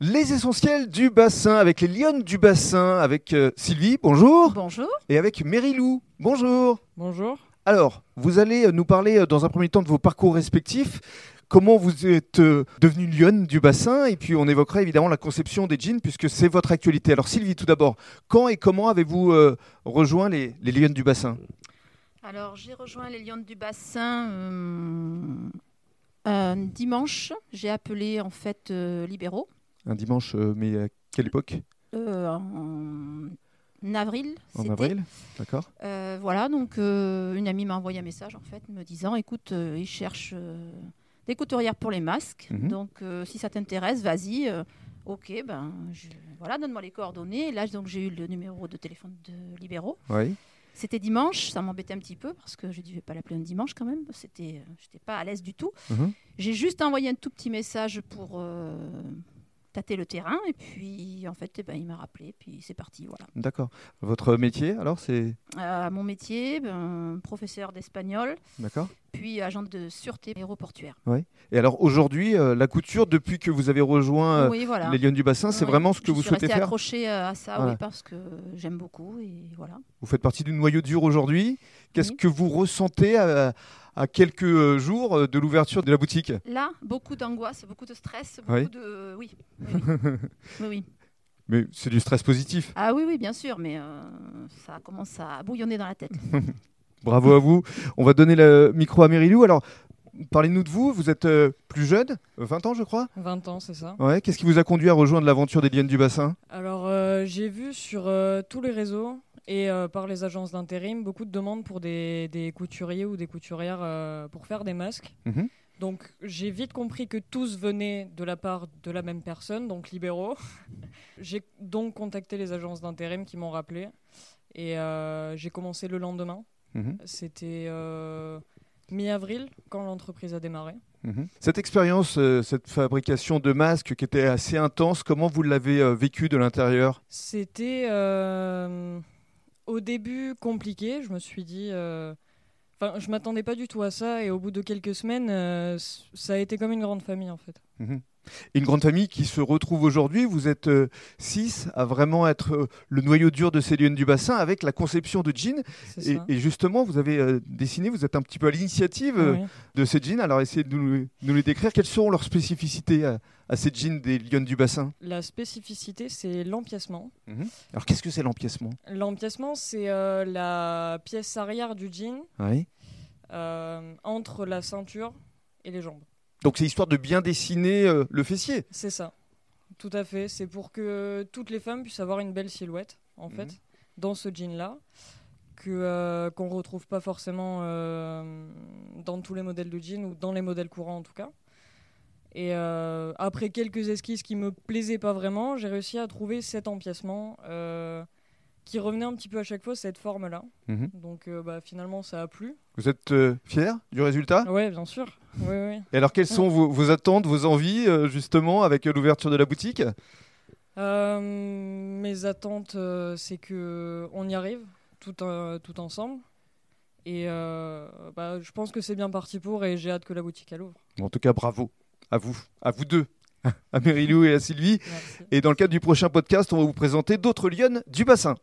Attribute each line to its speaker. Speaker 1: Les essentiels du bassin avec les lionnes du bassin, avec euh, Sylvie, bonjour,
Speaker 2: Bonjour.
Speaker 1: et avec Mérilou, bonjour.
Speaker 3: Bonjour.
Speaker 1: Alors, vous allez euh, nous parler euh, dans un premier temps de vos parcours respectifs, comment vous êtes euh, devenue lionne du bassin, et puis on évoquera évidemment la conception des jeans puisque c'est votre actualité. Alors Sylvie, tout d'abord, quand et comment avez-vous euh, rejoint les, les lionnes du bassin
Speaker 2: Alors, j'ai rejoint les Lyonnes du Bassin euh, un dimanche. J'ai appelé en fait euh, libéraux
Speaker 1: Un dimanche, euh, mais à quelle époque
Speaker 2: euh, en en avril.
Speaker 1: En
Speaker 2: c'était.
Speaker 1: avril, d'accord
Speaker 2: Euh, voilà, donc euh, une amie m'a envoyé un message en fait me disant écoute, euh, ils cherchent euh, des couturières pour les masques.
Speaker 1: Mhm.
Speaker 2: Donc, euh, si ça t'intéresse, vas-y. euh, Ok, ben je- voilà, donne-moi les coordonnées. Et là, donc j'ai eu le numéro de téléphone de libéraux.
Speaker 1: Oui.
Speaker 2: C'était dimanche, ça m'embêtait un petit peu parce que je dit je vais pas l'appeler un dimanche quand même. C'était, euh, j'étais pas à l'aise du tout.
Speaker 1: Mhm.
Speaker 2: J'ai juste envoyé un tout petit message pour euh, tâter le terrain et puis en fait, eh ben, il m'a rappelé puis c'est parti voilà.
Speaker 1: D'accord. Votre métier, alors, c'est...
Speaker 2: Euh, mon métier, ben, professeur d'espagnol,
Speaker 1: D'accord
Speaker 2: puis agent de sûreté aéroportuaire.
Speaker 1: Et alors aujourd'hui, euh, la couture, depuis que vous avez rejoint euh,
Speaker 2: oui voilà.
Speaker 1: les Lions du Bassin, c'est
Speaker 2: Oui.
Speaker 1: vraiment ce que
Speaker 2: Je
Speaker 1: vous
Speaker 2: suis
Speaker 1: souhaitez
Speaker 2: restée
Speaker 1: faire
Speaker 2: accrochée euh, à ça,
Speaker 1: Voilà.
Speaker 2: oui, parce que j'aime beaucoup et voilà.
Speaker 1: Vous faites partie du noyau dur aujourd'hui. Qu'est-ce
Speaker 2: Oui.
Speaker 1: que vous ressentez à, à quelques euh, jours euh, de l'ouverture de la boutique
Speaker 2: Là, beaucoup d'angoisse, beaucoup de stress, beaucoup
Speaker 1: Oui.
Speaker 2: de, oui, oui, oui. oui, oui.
Speaker 1: Mais c'est du stress positif.
Speaker 2: Ah oui, oui, bien sûr, mais euh, ça commence à bouillonner dans la tête.
Speaker 1: Bravo à vous. On va donner le micro à Mérilou. Alors, parlez-nous de vous. Vous êtes euh, plus jeune, euh, 20 ans je crois.
Speaker 3: 20 ans, c'est ça.
Speaker 1: Ouais. Qu'est-ce qui vous a conduit à rejoindre l'aventure des Lions du Bassin
Speaker 3: Alors, euh, j'ai vu sur euh, tous les réseaux et euh, par les agences d'intérim beaucoup de demandes pour des, des couturiers ou des couturières euh, pour faire des masques.
Speaker 1: Mhm.
Speaker 3: Donc, j'ai vite compris que tous venaient de la part de la même personne, donc libéraux. j'ai donc contacté les agences d'intérim qui m'ont rappelé et euh, j'ai commencé le lendemain.
Speaker 1: Mhm.
Speaker 3: C'était euh, mi-avril quand l'entreprise a démarré.
Speaker 1: Mhm. Cette expérience, euh, cette fabrication de masques qui était assez intense, comment vous l'avez euh, vécue de l'intérieur
Speaker 3: C'était euh, au début compliqué. Je me suis dit. euh, Enfin, je m'attendais pas du tout à ça. Et au bout de quelques semaines, euh, s- ça a été comme une grande famille, en fait.
Speaker 1: Une grande famille qui se retrouve aujourd'hui. Vous êtes euh, six à vraiment être euh, le noyau dur de ces lions du bassin avec la conception de jeans.
Speaker 3: C'est
Speaker 1: Et,
Speaker 3: ça.
Speaker 1: et justement, vous avez euh, dessiné, vous êtes un petit peu à l'initiative euh,
Speaker 3: Ah Oui.
Speaker 1: de ces jeans. Alors essayez de nous, nous les décrire. Quelles seront leurs spécificités à, à ces jeans des lions du bassin
Speaker 3: La spécificité, c'est l'empiècement.
Speaker 1: Alors qu'est-ce que c'est l'empiècement
Speaker 3: L'empiècement, c'est euh, la pièce arrière du jean
Speaker 1: Oui.
Speaker 3: euh, entre la ceinture et les jambes.
Speaker 1: Donc c'est histoire de bien dessiner euh, le fessier.
Speaker 3: C'est ça. Tout à fait. C'est pour que toutes les femmes puissent avoir une belle silhouette, en
Speaker 1: Mhm.
Speaker 3: fait, dans ce jean-là, que euh, qu'on retrouve pas forcément euh, dans tous les modèles de jeans ou dans les modèles courants en tout cas. Et euh, après quelques esquisses qui me plaisaient pas vraiment, j'ai réussi à trouver cet empiècement euh, qui revenait un petit peu à chaque fois cette forme-là.
Speaker 1: Mhm.
Speaker 3: Donc euh, bah, finalement ça a plu.
Speaker 1: Vous êtes euh, fiers du résultat
Speaker 3: Ouais, bien sûr. Oui, oui.
Speaker 1: Et alors, quelles sont vos, vos attentes, vos envies, euh, justement, avec euh, l'ouverture de la boutique
Speaker 3: Euh, mes attentes, euh, c'est que on y arrive tout, euh, tout ensemble. Et euh, bah, je pense que c'est bien parti pour et j'ai hâte que la boutique elle ouvre.
Speaker 1: Bon, En tout cas, bravo à vous, à vous deux, à Mérilou et à Sylvie.
Speaker 3: Merci.
Speaker 1: Et dans le cadre du prochain podcast, on va vous présenter d'autres lionnes du bassin.